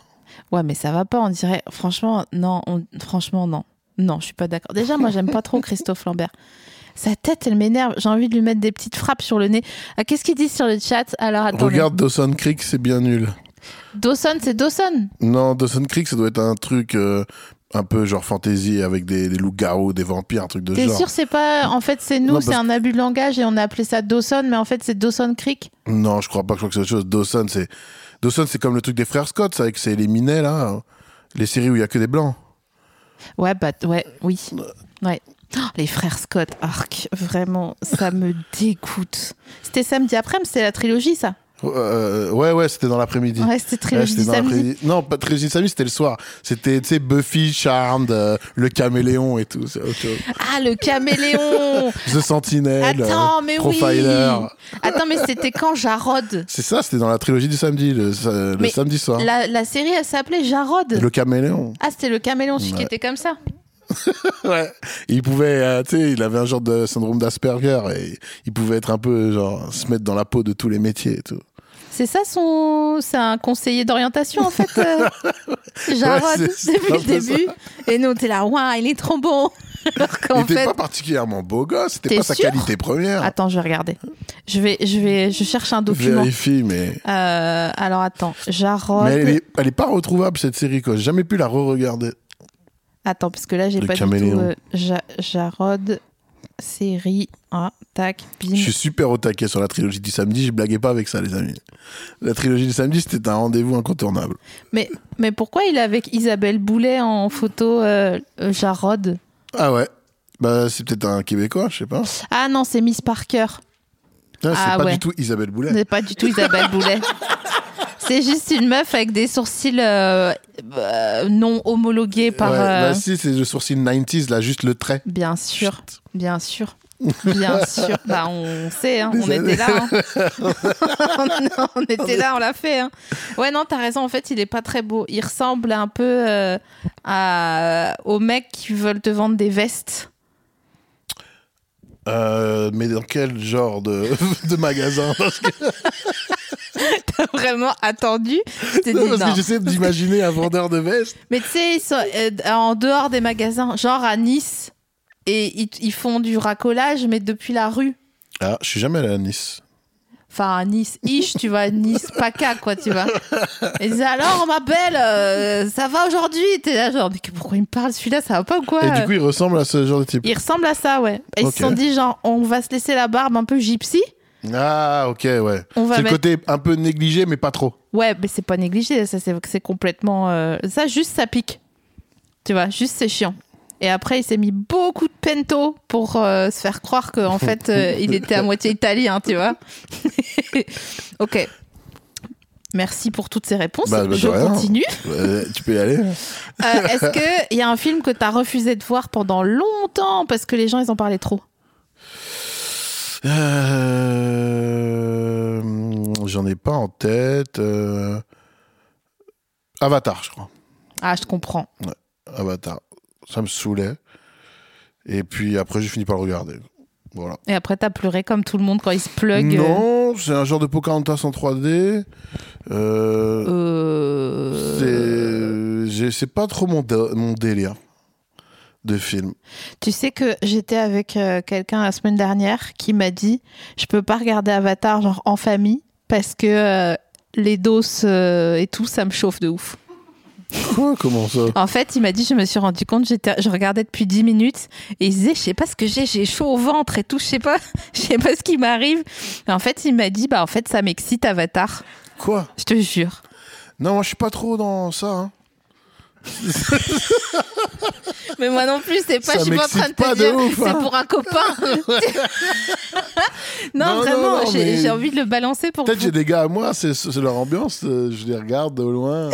A: Ouais, mais ça va pas, on dirait. Franchement, non, on- franchement, non. Non, je suis pas d'accord. Déjà, moi, j'aime pas trop Christophe Lambert. Sa tête, elle m'énerve. J'ai envie de lui mettre des petites frappes sur le nez. Ah, Qu'est-ce qu'ils disent sur le chat Alors, attendez.
B: Regarde Dawson Creek, c'est bien nul.
A: Dawson, c'est Dawson.
B: Non, Dawson Creek, ça doit être un truc euh, un peu genre fantasy avec des, des loups-garous, des vampires, un truc de ce
A: T'es
B: genre.
A: sûr, c'est pas. En fait, c'est
B: Non,
A: nous,
B: parce
A: c'est un abus de langage et on a appelé ça Dawson, mais en fait, c'est Dawson Creek.
B: Non, je crois pas, je crois que c'est autre chose. Dawson, c'est Dawson, c'est comme le truc des frères Scott, ça, avec c'est les minets là, les séries où il y a que des blancs.
A: Ouais, bah, ouais, oui. Ouais. Oh, les frères Scott, arc, vraiment, ça me dégoûte. C'était samedi après-midi, c'était la trilogie, ça.
B: Euh, ouais, ouais, c'était dans l'après-midi.
A: Ouais, c'était
B: Ouais,
A: trilogie
B: Ah, c'était
A: du
B: dans
A: samedi.
B: l'après-midi. Non, pas Trilogie Samedi, c'était le soir. C'était, tu sais, Buffy, Charmed, euh, le caméléon et tout. c'est autre chose.
A: Ah, le caméléon
B: The Sentinel,
A: Attends,
B: euh,
A: mais
B: Profiler.
A: oui. Attends, mais c'était quand Jarod
B: C'est ça, c'était dans la trilogie du samedi, le, euh, le
A: Mais
B: samedi soir.
A: la, la série, elle s'appelait Jarod.
B: Le caméléon.
A: Ah, c'était le caméléon, celui
B: Ouais.
A: qui était comme ça.
B: Ouais. Il pouvait, euh, tu sais, il avait un genre de syndrome d'Asperger et il pouvait être un peu, genre, se mettre dans la peau de tous les métiers et tout.
A: C'est ça son. C'est un conseiller d'orientation, en fait. euh, Jarod,
B: Ouais, c'est-
A: depuis
B: c'est
A: le
B: un peu ça.
A: début. Et nous, t'es là, ouah, il est trop beau. Alors
B: Il
A: qu'en
B: était
A: fait.
B: pas hein. particulièrement beau gosse, c'était
A: T'es
B: pas sa
A: sûr
B: qualité première.
A: Attends, je vais regarder. Je vais, je vais, je cherche un document.
B: Vérifie, mais.
A: Euh, alors attends, Jarod.
B: Mais elle est, elle est pas retrouvable cette série, quoi. J'ai jamais pu la re-regarder.
A: Attends, parce que là, j'ai
B: Le
A: pas du
B: caméléon.
A: tout. euh, Ja- Jarod, série. Ah, tac, bim.
B: Je suis super au taquet sur la trilogie du samedi, je blaguais pas avec ça, les amis. La trilogie du samedi, c'était un rendez-vous incontournable.
A: Mais, mais pourquoi il est avec Isabelle Boulet en photo euh, euh, Jarod
B: Ah ouais Bah, c'est peut-être un Québécois, je sais pas.
A: Ah non, c'est Miss Parker.
B: Ah, c'est
A: Ah
B: pas
A: ouais.
B: du tout Isabelle Boulet.
A: C'est pas du tout Isabelle Boulet. C'est juste une meuf avec des sourcils euh, euh, non homologués par.
B: Ouais,
A: euh,
B: Bah, si, c'est le sourcil 90s, là, juste le trait.
A: Bien sûr, bien sûr, bien sûr. Bah, on sait, hein, on
B: Désolé.
A: était là. hein. on était là, on l'a fait. hein. Ouais, non, t'as raison. En fait, il est pas très beau. Il ressemble un peu euh, à- aux mecs qui veulent te vendre des vestes.
B: Euh, mais dans quel genre de, de magasin Parce que,
A: T'as vraiment attendu. Je t'ai dit
B: parce que
A: non.
B: j'essaie d'imaginer un vendeur de vestes.
A: Mais tu sais, ils sont euh, en dehors des magasins, genre à Nice, et ils, ils font du racolage, mais depuis la rue.
B: Ah, je suis jamais allé à Nice.
A: Enfin, à Nice, ish, tu vois, Nice, paca, quoi, tu vois. Et ils disaient, alors, on m'appelle, euh, ça va aujourd'hui T'es là, genre, mais que- pourquoi il me parle celui-là, ça va pas ou quoi
B: Et du coup, il ressemble à ce genre de type.
A: Il ressemble à ça, ouais. Et ils
B: Ok.
A: se sont dit, genre, on va se laisser la barbe un peu gypsy,
B: Ah, ok, ouais.
A: On va
B: C'est le
A: mettre-
B: côté un peu négligé, mais pas trop.
A: Ouais, mais c'est pas négligé, ça c'est c'est complètement. euh, Ça, juste ça pique. Tu vois, juste c'est chiant. Et après, il s'est mis beaucoup de pento pour euh, se faire croire qu'en fait, euh, il était à moitié italien, tu vois. ok. Merci pour toutes ces réponses.
B: Bah, bah, de
A: Je
B: rien.
A: continue.
B: Euh, tu peux y aller
A: Euh, Est-ce qu'il y a un film que tu as refusé de voir pendant longtemps parce que les gens, ils en parlaient trop
B: Euh, J'en ai pas en tête. euh, Avatar, je crois.
A: Ah, je comprends.
B: Avatar. Ça me saoulait. Et puis après, j'ai fini par le regarder. Voilà.
A: Et après, t'as pleuré comme tout le monde quand il se plug. euh,
B: Non, c'est un genre de Pocahontas en 3D. Euh,
A: Euh...
B: c'est- j'ai- C'est pas trop mon, dé- mon délire de film.
A: Tu sais que j'étais avec euh, quelqu'un la semaine dernière qui m'a dit je peux pas regarder Avatar genre en famille parce que euh, les doses euh, et tout ça me chauffe de ouf.
B: Quoi Comment ça
A: En fait, il m'a dit je me suis rendu compte j'étais je regardais depuis 10 minutes et il disait je sais pas ce que j'ai, j'ai chaud au ventre et tout, je sais pas, je sais pas ce qui m'arrive. Et En fait, il m'a dit bah en fait ça m'excite Avatar,
B: Quoi
A: je te jure.
B: Non, moi, je suis pas trop dans ça. hein.
A: Mais moi non plus, c'est pas,
B: Ça
A: je suis pas en train de
B: m'excite
A: te
B: pas de
A: dire,
B: ouf, hein.
A: c'est pour un copain. non,
B: Non, non,
A: vraiment,
B: non,
A: j'ai
B: mais-
A: j'ai envie de le balancer pour.
B: Peut-être j'ai des gars à moi, c'est c'est leur ambiance. euh, Je les regarde de loin.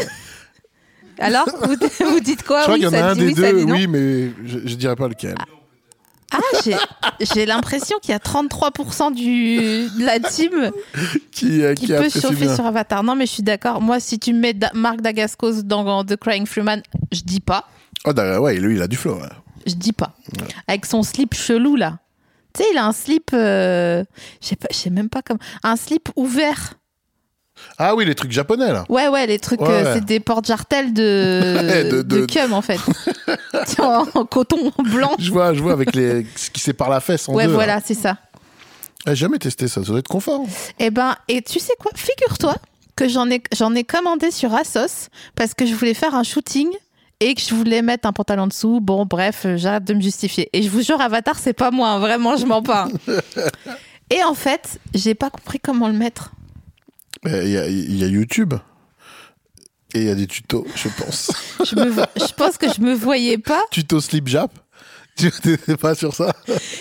A: Alors, vous, vous dites quoi
B: Je crois
A: Ah Oui,
B: qu'il y en
A: ça
B: a un
A: dit
B: des
A: oui, ça
B: deux,
A: dit non.
B: oui, mais je, je dirais pas lequel.
A: Ah, j'ai- j'ai l'impression qu'il y a 33% du, de la team
B: Qui, euh,
A: qui,
B: qui,
A: peut
B: apprécie
A: chauffer
B: bien.
A: sur Avatar. Non, mais je suis d'accord. Moi, si tu me mets Da- Marc Dagascos dans The Crying Freeman, je dis pas.
B: Oh, d'accord, ouais, lui, il a du flow. hein. ouais.
A: Je dis pas. Avec son slip chelou, là. Tu sais, il a un slip. euh, je sais pas- je sais même pas comment. Un slip ouvert.
B: Ah oui, les trucs japonais, là.
A: Ouais, ouais, les trucs,
B: Ouais,
A: euh,
B: ouais.
A: c'est des portes-jartelles de,
B: Ouais,
A: de,
B: de- de-
A: cum, en fait. Tu vois, en coton blanc.
B: Je vois, je vois avec les, ce qui sépare la fesse en
A: Ouais,
B: deux. hein. là.
A: voilà, c'est ça.
B: J'ai jamais testé ça, ça doit être confort.
A: Eh ben, et tu sais quoi Figure-toi que j'en ai, j'en ai commandé sur Asos parce que je voulais faire un shooting et que je voulais mettre un pantalon en dessous. Bon, bref, euh, j'arrête de me justifier. Et je vous jure, Avatar, c'est pas moi. hein. Vraiment, je mens pas. et en fait, j'ai pas compris comment le mettre.
B: Euh, Il y, a- il y a YouTube. Et il y a des tutos, je pense.
A: Je, me vo- je pense que je me voyais pas.
B: Tuto slip jap Tu t'étais pas sur ça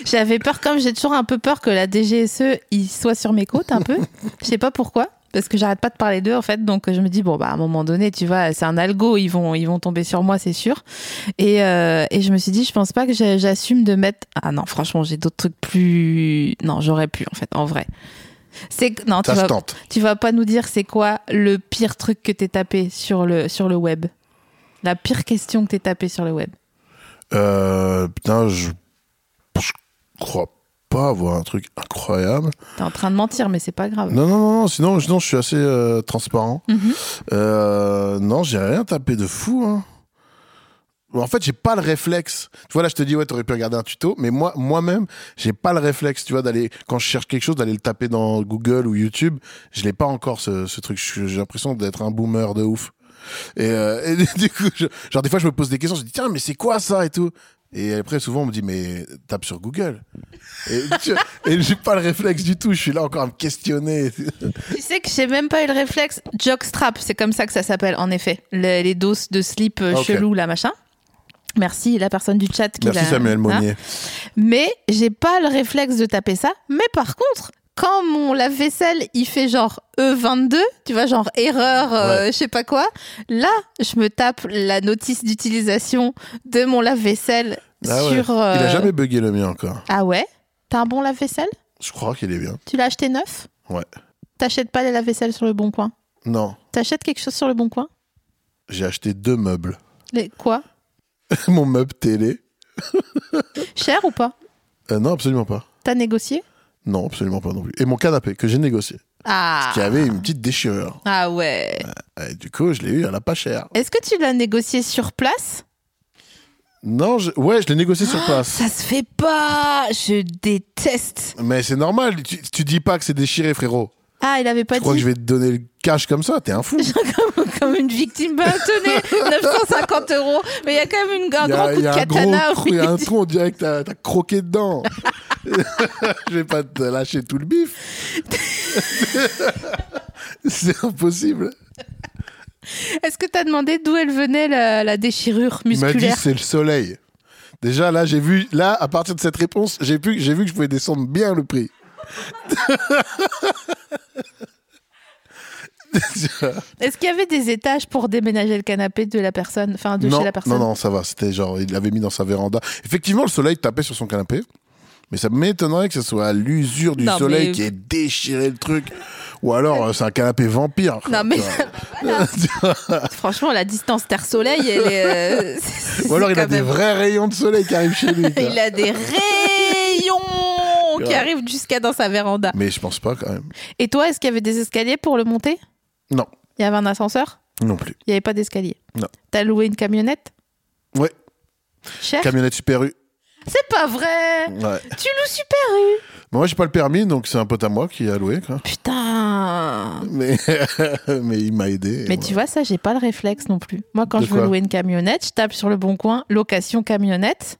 A: J'avais peur, comme j'ai toujours un peu peur que la DGSE E, il soit sur mes côtes un peu. Je sais pas pourquoi. Parce que j'arrête pas de parler d'eux en fait, donc je me dis bon bah à un moment donné tu vois c'est un algo ils vont ils vont tomber sur moi c'est sûr et, euh, et je me suis dit je pense pas que j'a- j'assume de mettre ah non franchement j'ai d'autres trucs plus non j'aurais pu en fait en vrai c'est que- non tu
B: Ça se
A: vas
B: tente.
A: tu vas pas nous dire c'est quoi le pire truc que t'es tapé sur le sur le web la pire question que t'es tapé sur le web
B: Euh, putain, je, je crois pas avoir un truc incroyable.
A: t'es en train de mentir mais c'est pas grave
B: Non, non, non, non, sinon, sinon je suis assez euh, transparent.
A: Mhm.
B: Euh, non, j'ai rien tapé de fou. hein. En fait, j'ai pas le réflexe. Tu vois, là, je te dis, ouais, t'aurais pu regarder un tuto, mais moi, moi-même, j'ai pas le réflexe, tu vois, d'aller, quand je cherche quelque chose, d'aller le taper dans Google ou YouTube. Je l'ai pas encore, ce, ce truc. Je- J'ai l'impression d'être un boomer de ouf. Et, euh, et du coup, je- genre, des fois, je me pose des questions, je dis, tiens, mais c'est quoi ça et tout? Et après, souvent, on me dit, mais tape sur Google. Et, tu vois, et j'ai pas le réflexe du tout. Je suis là encore à me questionner.
A: Tu sais que j'ai même pas eu le réflexe. Jockstrap, c'est comme ça que ça s'appelle, en effet. Le- les doses de slip euh,
B: Ah, Ok.
A: chelou, là, machin. Merci la personne du chat qui
B: Merci
A: l'a-
B: Samuel Monnier.
A: hein. Mais j'ai pas le réflexe de taper ça. Mais par contre, quand mon lave-vaisselle il fait genre E22, tu vois, genre erreur, euh, je sais pas quoi, là, je me tape la notice d'utilisation de mon lave-vaisselle
B: Ah ouais.
A: sur.
B: Il a
A: euh,
B: jamais bugué le mien encore.
A: Ah ouais T'as un bon lave-vaisselle
B: Je crois qu'il est bien.
A: Tu l'as acheté neuf
B: Ouais.
A: T'achètes pas les lave-vaisselles sur le bon coin
B: Non,
A: T'achètes quelque chose sur le bon coin
B: j'ai acheté deux meubles.
A: Les- Quoi
B: Mon meuble télé.
A: Cher ou pas
B: Euh, non, absolument pas.
A: T'as négocié
B: Non, absolument pas non plus. Et mon canapé que j'ai négocié,
A: Ah
B: qui avait une petite déchirure.
A: Ah ouais
B: Et du coup, je l'ai eu à la pas chère.
A: Est-ce que tu l'as négocié sur place
B: Non, je... ouais, je l'ai négocié sur place.
A: Ah, Ça se fait pas Je déteste
B: Mais c'est normal, tu, tu dis pas que c'est déchiré, frérot.
A: Ah, il avait pas
B: Tu crois
A: dit
B: que je vais te donner le cash comme ça T'es un fou.
A: comme une victime. Bah, tenez, 950 euros Mais il y a quand même une, un grand coup
B: y
A: de
B: a un
A: katana.
B: gros
A: au
B: trou, il y a un
A: milieu.
B: trou, on dirait que t'as t'as croqué dedans. je vais pas te lâcher tout le bif. C'est impossible.
A: Est-ce que t'as demandé d'où elle venait la, la déchirure
B: Il m'a dit
A: musculaire
B: c'est le soleil. Déjà là, j'ai vu là à partir de cette réponse, j'ai pu j'ai vu que je pouvais descendre bien le prix.
A: Est-ce qu'il y avait des étages pour déménager le canapé de la personne, enfin de
B: non,
A: chez la personne
B: non, non, ça va. C'était genre, il l'avait mis dans sa véranda. Effectivement, le soleil tapait sur son canapé. Mais ça m'étonnerait que ce soit l'usure du
A: Non,
B: soleil
A: mais- euh,
B: qui ait déchiré le truc. Ou alors, euh, c'est un canapé vampire. quoi,
A: Non, mais-
B: tu vois.
A: Franchement, la distance Terre-Soleil, elle est. euh, c'est-
B: Ou alors, il
A: c'est
B: a
A: quand
B: des
A: même-
B: vrais rayons de soleil qui arrivent chez lui. quoi.
A: Il a des rayons qui
B: Ouais.
A: arrivent jusqu'à dans sa véranda.
B: Mais je pense pas quand même.
A: Et toi, est-ce qu'il y avait des escaliers pour le monter
B: Non,
A: Il y avait un ascenseur
B: non plus.
A: Il n'y avait pas d'escalier
B: Non.
A: T'as loué une camionnette
B: Ouais,
A: Cher
B: camionnette Super U.
A: C'est pas vrai
B: Ouais.
A: Tu loues Super U
B: Moi, j'ai pas le permis, donc c'est un pote à moi qui a loué. Quoi.
A: Putain
B: Mais, mais il m'a aidé. et
A: Mais
B: voilà.
A: tu vois, ça, j'ai pas le réflexe non plus. Moi, quand
B: De
A: je veux
B: quoi
A: louer une camionnette, je tape sur le bon coin, location camionnette.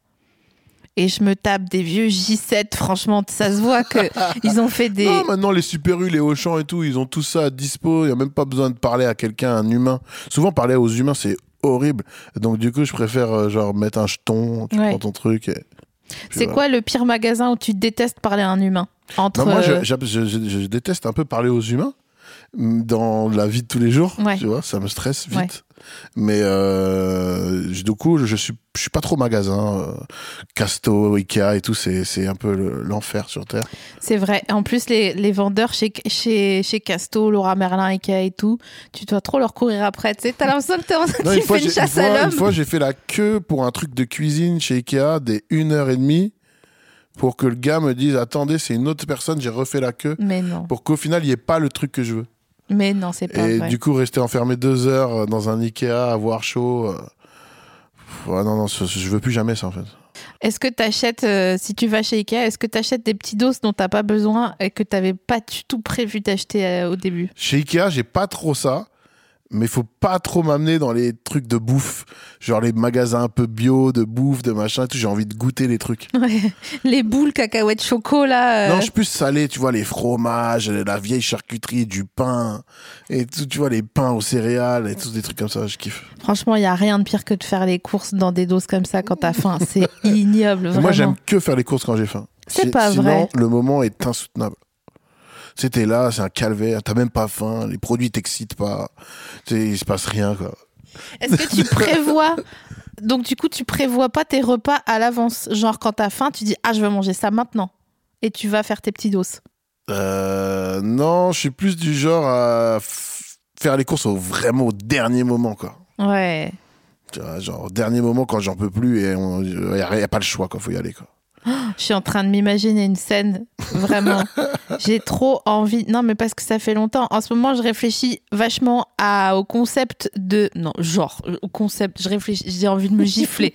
A: Et je me tape des vieux J7, franchement, ça se voit que ils ont fait des.
B: Non, maintenant les Super U, les Auchan et tout, ils ont tout ça à dispo. Il n'y a même pas besoin de parler à quelqu'un, un humain. Souvent, parler aux humains, c'est horrible. Donc, du coup, je préfère euh, genre mettre un jeton, tu
A: Ouais.
B: prends ton truc. et- puis
A: C'est
B: voilà.
A: quoi le pire magasin où tu détestes parler à un humain Entre.
B: Non, Bah, Moi,
A: euh,
B: je, j'ab- je- je- je déteste un peu parler aux humains mm, dans la vie de tous les jours.
A: Ouais.
B: Tu vois, ça me stresse vite.
A: Ouais.
B: Mais euh, je- du coup, je, je suis, je suis pas trop magasin. euh, Casto, Ikea et tout, c'est, c'est un peu le- l'enfer sur Terre.
A: C'est vrai. En plus, les, les vendeurs chez, chez, chez Casto, Laura Merlin, Ikea et tout, tu dois trop leur courir après. Tu sais, t'as l'impression que t'es en
B: Non,
A: train de faire une
B: j'ai-
A: chasse
B: une fois-
A: à
B: une
A: l'homme.
B: fois, j'ai fait la queue pour un truc de cuisine chez Ikea des 1h30 pour que le gars me dise Attendez, c'est une autre personne, j'ai refait la queue
A: Mais non,
B: pour qu'au final, il n'y ait pas le truc que je veux.
A: mais non, c'est pas
B: Et
A: vrai.
B: du coup, rester enfermé deux heures euh, dans un Ikea, avoir chaud. euh, pff, ouais, non, non, ce- ce- je veux plus jamais ça en fait.
A: Est-ce que t'achètes, euh, si tu vas chez Ikea, est-ce que t'achètes des petits dos dont t'as pas besoin et que t'avais pas du tout prévu d'acheter euh, au début
B: Chez Ikea, j'ai pas trop ça. Mais faut pas trop m'amener dans les trucs de bouffe, genre les magasins un peu bio, de bouffe, de machin et tout. J'ai envie de goûter les trucs.
A: Ouais. Les boules cacahuètes choco, là. euh,
B: Non, je suis plus salé, tu vois, les fromages, la vieille charcuterie, du pain, et tout, tu vois, les pains aux céréales, et tous des trucs comme ça, je kiffe.
A: Franchement, il y a rien de pire que de faire les courses dans des doses comme ça quand t'as faim. C'est ignoble,
B: Et
A: vraiment.
B: Moi, j'aime que faire les courses quand j'ai faim.
A: C'est
B: Si-
A: pas
B: sinon,
A: vrai.
B: le moment est insoutenable. C'était là, c'est un calvaire, t'as même pas faim, les produits t'excitent pas, tu sais, il se passe rien, quoi.
A: Est-ce que tu prévois Donc du coup, tu prévois pas tes repas à l'avance. Genre quand t'as faim, tu dis ah je veux manger ça maintenant et tu vas faire tes petits dos.
B: Euh, non, je suis plus du genre à f- faire les courses au vraiment au dernier moment, quoi.
A: Ouais.
B: Tu vois, genre, au dernier moment quand j'en peux plus et il n'y a, y a pas le choix, quoi, faut y aller, quoi.
A: Je suis en train de m'imaginer une scène vraiment. J'ai trop envie. Non mais parce que ça fait longtemps. En ce moment, je réfléchis vachement à au concept de non genre euh, au concept. Je réfléchis. J'ai envie de me gifler.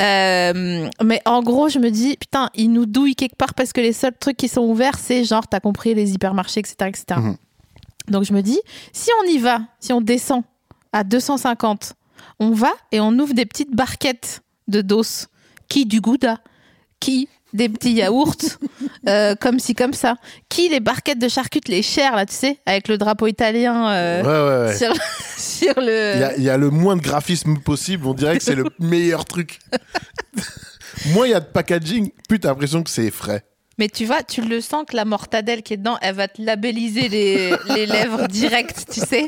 A: Euh, mais en gros, je me dis, putain, ils nous douillent quelque part parce que les seuls trucs qui sont ouverts, c'est genre, t'as compris, les hypermarchés, etc. etc.
B: Mhm.
A: Donc je me dis, si on y va, si on descend à 250, on va et on ouvre des petites barquettes de dos. Qui du gouda Qui des petits yaourts Euh, Comme ci, comme ça. Qui les barquettes de charcuterie, les chairs, là, tu sais, avec le drapeau italien euh,
B: Ouais, ouais, ouais.
A: sur, sur le...
B: Il y a- il y, a le moins de graphisme possible, on dirait que c'est le meilleur truc. moins il y a de packaging, plus t'as l'impression que c'est frais.
A: Mais tu vois, tu le sens que la mortadelle qui est dedans, elle va te labelliser les, les lèvres directes, tu sais.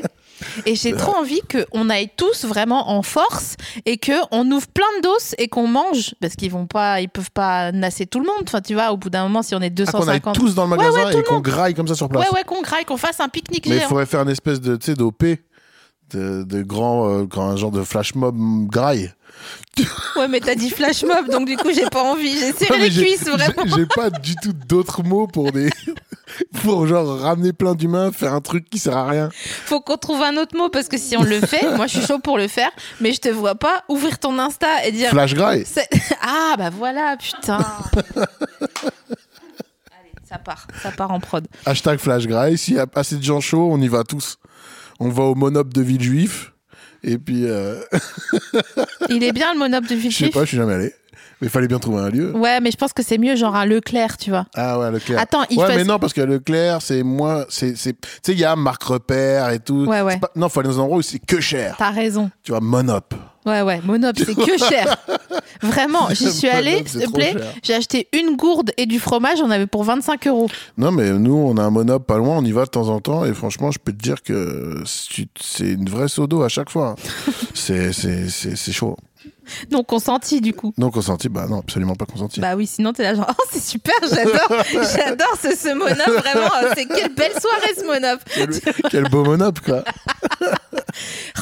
A: Et j'ai trop envie qu'on aille tous vraiment en force et qu'on ouvre plein de doses et qu'on mange. Parce qu'ils vont pas, ils peuvent pas nasser tout le monde. Enfin, tu vois, au bout d'un moment, si on est
B: Ah, qu'on aille
A: 250.
B: tous dans le
A: Ouais,
B: magasin
A: ouais, tout
B: et
A: le
B: qu'on
A: monde.
B: graille comme ça sur place.
A: ouais, ouais, qu'on graille, qu'on fasse un pique-nique
B: Mais il
A: géant.
B: faudrait faire une espèce de, tu sais, d'OP, de, de grand, euh, grand- un genre de flash mob graille.
A: Ouais, mais t'as dit flash mob, donc du coup, j'ai pas envie. J'ai
B: Non,
A: serré
B: mais
A: les
B: j'ai-
A: cuisses, vraiment.
B: j'ai- J'ai pas du tout d'autres mots pour des, pour genre ramener plein d'humains, faire un truc qui sert à rien.
A: Faut qu'on trouve un autre mot parce que si on le fait, moi, je suis chaud pour le faire, mais je te vois pas ouvrir ton Insta et dire.
B: Flash graille.
A: C'est- Ah bah voilà, putain. Allez, ça part, ça part en prod.
B: Hashtag Flash Grail. S'il y a assez de gens chauds, on y va tous. On va au monop de Villejuif. Et puis, euh,
A: Il est bien le monop de
B: je sais
A: Villejuif.
B: pas, je suis jamais allé. Mais il fallait bien trouver un lieu.
A: Ouais, mais je pense que c'est mieux genre un Leclerc, tu vois.
B: Ah ouais, Leclerc.
A: Attends, il
B: ouais,
A: faut-
B: mais non, parce que Leclerc, c'est moins. c'est c'est- Tu sais, il y a Marc Repère et tout.
A: Ouais, ouais.
B: C'est pas- Non, il faut aller dans un endroit où c'est que cher.
A: T'as raison.
B: Tu vois, Monop.
A: Ouais, ouais, Monop, c'est que cher. Vraiment, j'y suis
B: Monop,
A: allée,
B: c'est
A: s'il te
B: trop
A: plaît.
B: cher.
A: J'ai acheté une gourde et du fromage, on avait pour 25 euros.
B: Non, mais nous, on a un Monop pas loin, on y va de temps en temps, et franchement, je peux te dire que c'est c'est une vraie seau d'eau à chaque fois. c'est c'est- c'est- c'est chaud.
A: Donc, consenti, du coup.
B: Non, consenti, bah non, absolument pas consenti.
A: Bah oui, sinon t'es là genre, oh c'est super, j'adore, j'adore ce, ce monop, vraiment, euh, c'est quelle belle soirée ce monop.
B: Quel, quel beau Monop, quoi.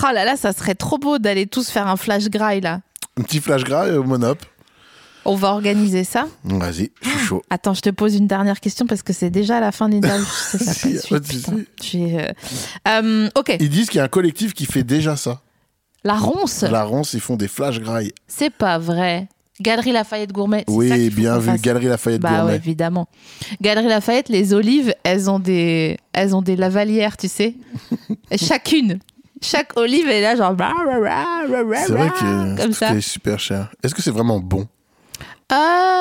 A: Oh là là, ça serait trop beau d'aller tous faire un flash grail là.
B: Un petit flash gras et au Monop. Mm,
A: On va organiser ça.
B: Vas-y, je suis chaud.
A: Attends, je te pose une dernière question parce que c'est déjà la fin de l'interview. Je sais, ça
B: Si,
A: passe
B: pas de
A: vite, putain.
B: souci.
A: Je suis, euh, euh, ok,
B: Ils disent qu'il y a un collectif qui fait déjà ça.
A: la ronce,
B: La ronce, ils font des flash grailles.
A: c'est pas vrai. Galerie Lafayette Gourmet. c'est ça
B: Oui,
A: qu'il faut
B: bien
A: qu'on
B: vu.
A: fasse.
B: Galerie Lafayette
A: Bah ouais,
B: Gourmet.
A: évidemment. Galerie Lafayette, les olives, elles ont des, elles ont des lavalières, tu sais. Chacune. Chaque olive est là, genre. bah, bra, bra, bra, bra, bra,
B: C'est vrai
A: bra,
B: que
A: bah, Comme
B: tout
A: ça.
B: est super cher. Est-ce que c'est vraiment bon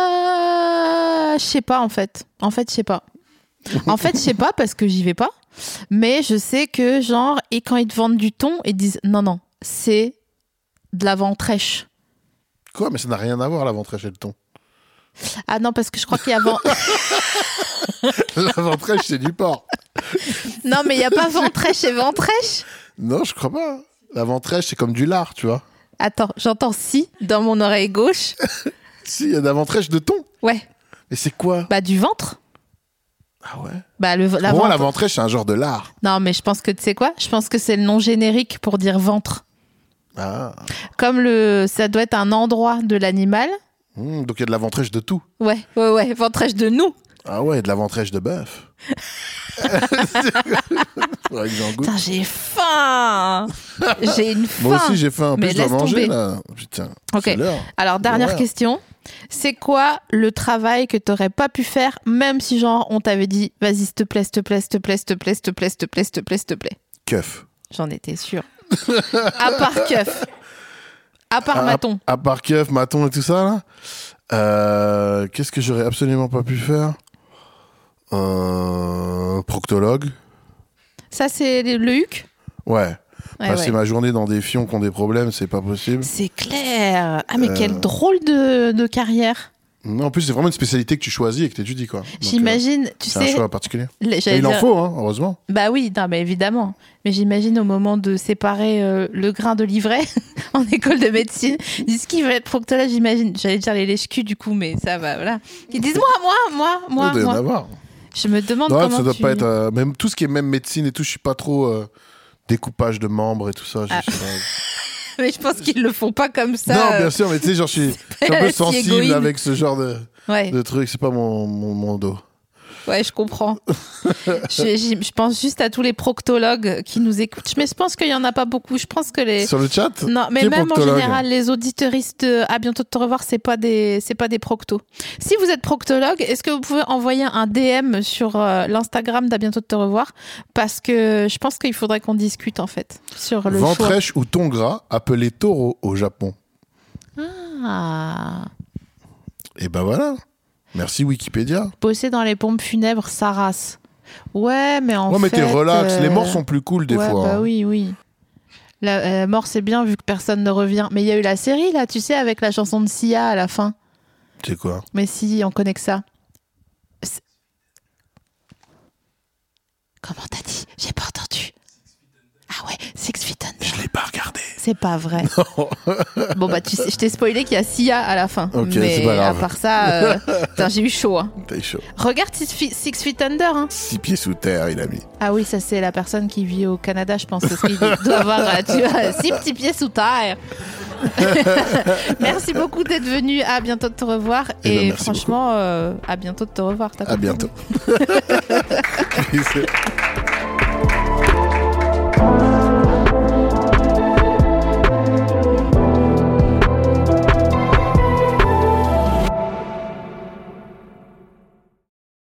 A: Euh, je sais pas, en fait. En fait, je sais pas. En fait, je sais pas parce que j'y vais pas. Mais je sais que, genre, et quand ils te vendent du thon, ils disent non, non, c'est de la ventrèche.
B: Quoi Mais ça n'a rien à voir, la ventrèche et le thon.
A: Ah non, parce que je crois qu'il y a vent-
B: La ventrèche, c'est du porc.
A: Non, mais il y a pas ventrèche et ventrèche.
B: Non, je crois pas. La ventrèche, c'est comme du lard, tu vois.
A: Attends, j'entends si dans mon oreille gauche.
B: Si, il y a de la ventrèche de thon.
A: Ouais.
B: Mais c'est quoi
A: Bah, du ventre.
B: Ah ouais
A: Bah, le, la
B: Pour moi, la
A: ventre-
B: ventrèche, c'est un genre de lard.
A: Non, mais je pense que tu sais quoi Je pense que c'est le nom générique pour dire ventre.
B: Ah.
A: Comme le, ça doit être un endroit de l'animal.
B: Hmm, donc il y a de la ventrèche de tout.
A: Ouais, ouais, ouais. Ventrèche de nous.
B: Ah ouais, de la ventrèche de bœuf. Faudrait que j'en goûte.
A: Putain, j'ai faim J'ai une faim
B: Moi aussi, j'ai faim. En
A: Mais
B: plus, je dois
A: laisse
B: manger,
A: tomber.
B: là. Putain.
A: Ok.
B: C'est l'heure.
A: Alors, dernière
B: Ouais.
A: question. C'est quoi le travail que t'aurais pas pu faire, même si, genre, on t'avait dit vas-y, s'il te plaît, s'il te plaît, s'il te plaît, s'il te plaît, s'il te plaît, s'il te plaît, s'il te plaît, s'il te plaît
B: Keuf.
A: J'en étais sûre. à part keuf. À part
B: Ah,
A: maton.
B: À part keuf, maton et tout ça, là. Euh, Qu'est-ce que j'aurais absolument pas pu faire Un Proctologue.
A: Ça, c'est le le huc
B: Ouais.
A: Ouais,
B: Passer
A: ouais.
B: ma journée dans des fions qui ont des problèmes, c'est pas possible.
A: C'est clair. Ah, mais
B: Euh.
A: quelle drôle de, de carrière.
B: Non, en plus, c'est vraiment une spécialité que tu choisis et que tu étudies, quoi. Donc,
A: J'imagine,
B: euh,
A: tu
B: C'est un
A: sais.
B: choix particulier.
A: les-
B: Et
A: j'allais
B: il en
A: dire-
B: faut, hein, heureusement.
A: Bah oui, non, mais évidemment. Mais j'imagine au moment de séparer euh, le grain de l'ivraie en école de médecine, ils disent qui va être proctologue, j'imagine. J'allais dire les lèches-culs du coup, mais ça va, voilà. Ils disent moi, moi, moi, moi,
B: Il doit y en
A: moi.
B: avoir.
A: Je me demande
B: Ouais,
A: comment
B: ça doit
A: tu-
B: pas être. euh, même tout ce qui est même médecine et tout, je suis pas trop euh, découpage de membres et tout ça. je
A: Ah.
B: sais pas.
A: Mais je pense qu'ils le font pas comme ça.
B: non,
A: euh,
B: bien sûr, mais tu sais, genre, je suis je suis un peu
A: si
B: sensible
A: égoïde.
B: avec ce genre de,
A: Ouais,
B: de truc. C'est pas mon, mon, mon dos.
A: ouais, je comprends. je, j'y- je pense juste à tous les proctologues qui nous écoutent. Mais je pense qu'il y en a pas beaucoup. Je pense que les
B: Sur le chat
A: Non, mais
B: Qui est
A: même en
B: proctologue
A: général, les auditeuristes euh, à bientôt de te revoir, c'est pas des, c'est pas des proctos. Si vous êtes proctologue, est-ce que vous pouvez envoyer un DM sur euh, l'Instagram d'à bientôt de te revoir Parce que je pense qu'il faudrait qu'on discute en fait sur le choix.
B: Ventrèche ou ton gras, appelé taureau au Japon.
A: Ah,
B: Et ben voilà. Merci Wikipédia.
A: bosser dans les pompes funèbres, ça race. Ouais, mais en
B: ouais, mais
A: fait.
B: t'es relax.
A: euh,
B: Les morts sont plus cool des
A: ouais,
B: fois.
A: Bah
B: hein.
A: oui, oui. La euh, mort, c'est bien vu que personne ne revient. Mais il y a eu la série là, tu sais, avec la chanson de Sia à la fin.
B: C'est quoi
A: Mais si, on connaît que ça. C'est- Comment t'as dit J'ai pas entendu. Ah ouais, Six Feet Under.
B: Je l'ai pas regardé.
A: C'est pas vrai. bon bah tu sais, je t'ai spoilé qu'il y a Sia à la fin.
B: Ok,
A: mais
B: c'est pas grave.
A: à part ça, euh, putain, j'ai eu chaud. hein.
B: T'es chaud.
A: Regarde Six Feet, Six Feet Under. hein.
B: Six pieds sous terre, il a mis.
A: Ah oui, ça c'est la personne qui vit au Canada, je pense, parce qu'il doit avoir euh, tu vois, six petits pieds sous terre. merci beaucoup d'être venu. À bientôt de te revoir.
B: Eh
A: Et,
B: ben, merci
A: franchement, euh, à bientôt de te revoir. T'as
B: À
A: compris
B: bientôt. Bisous.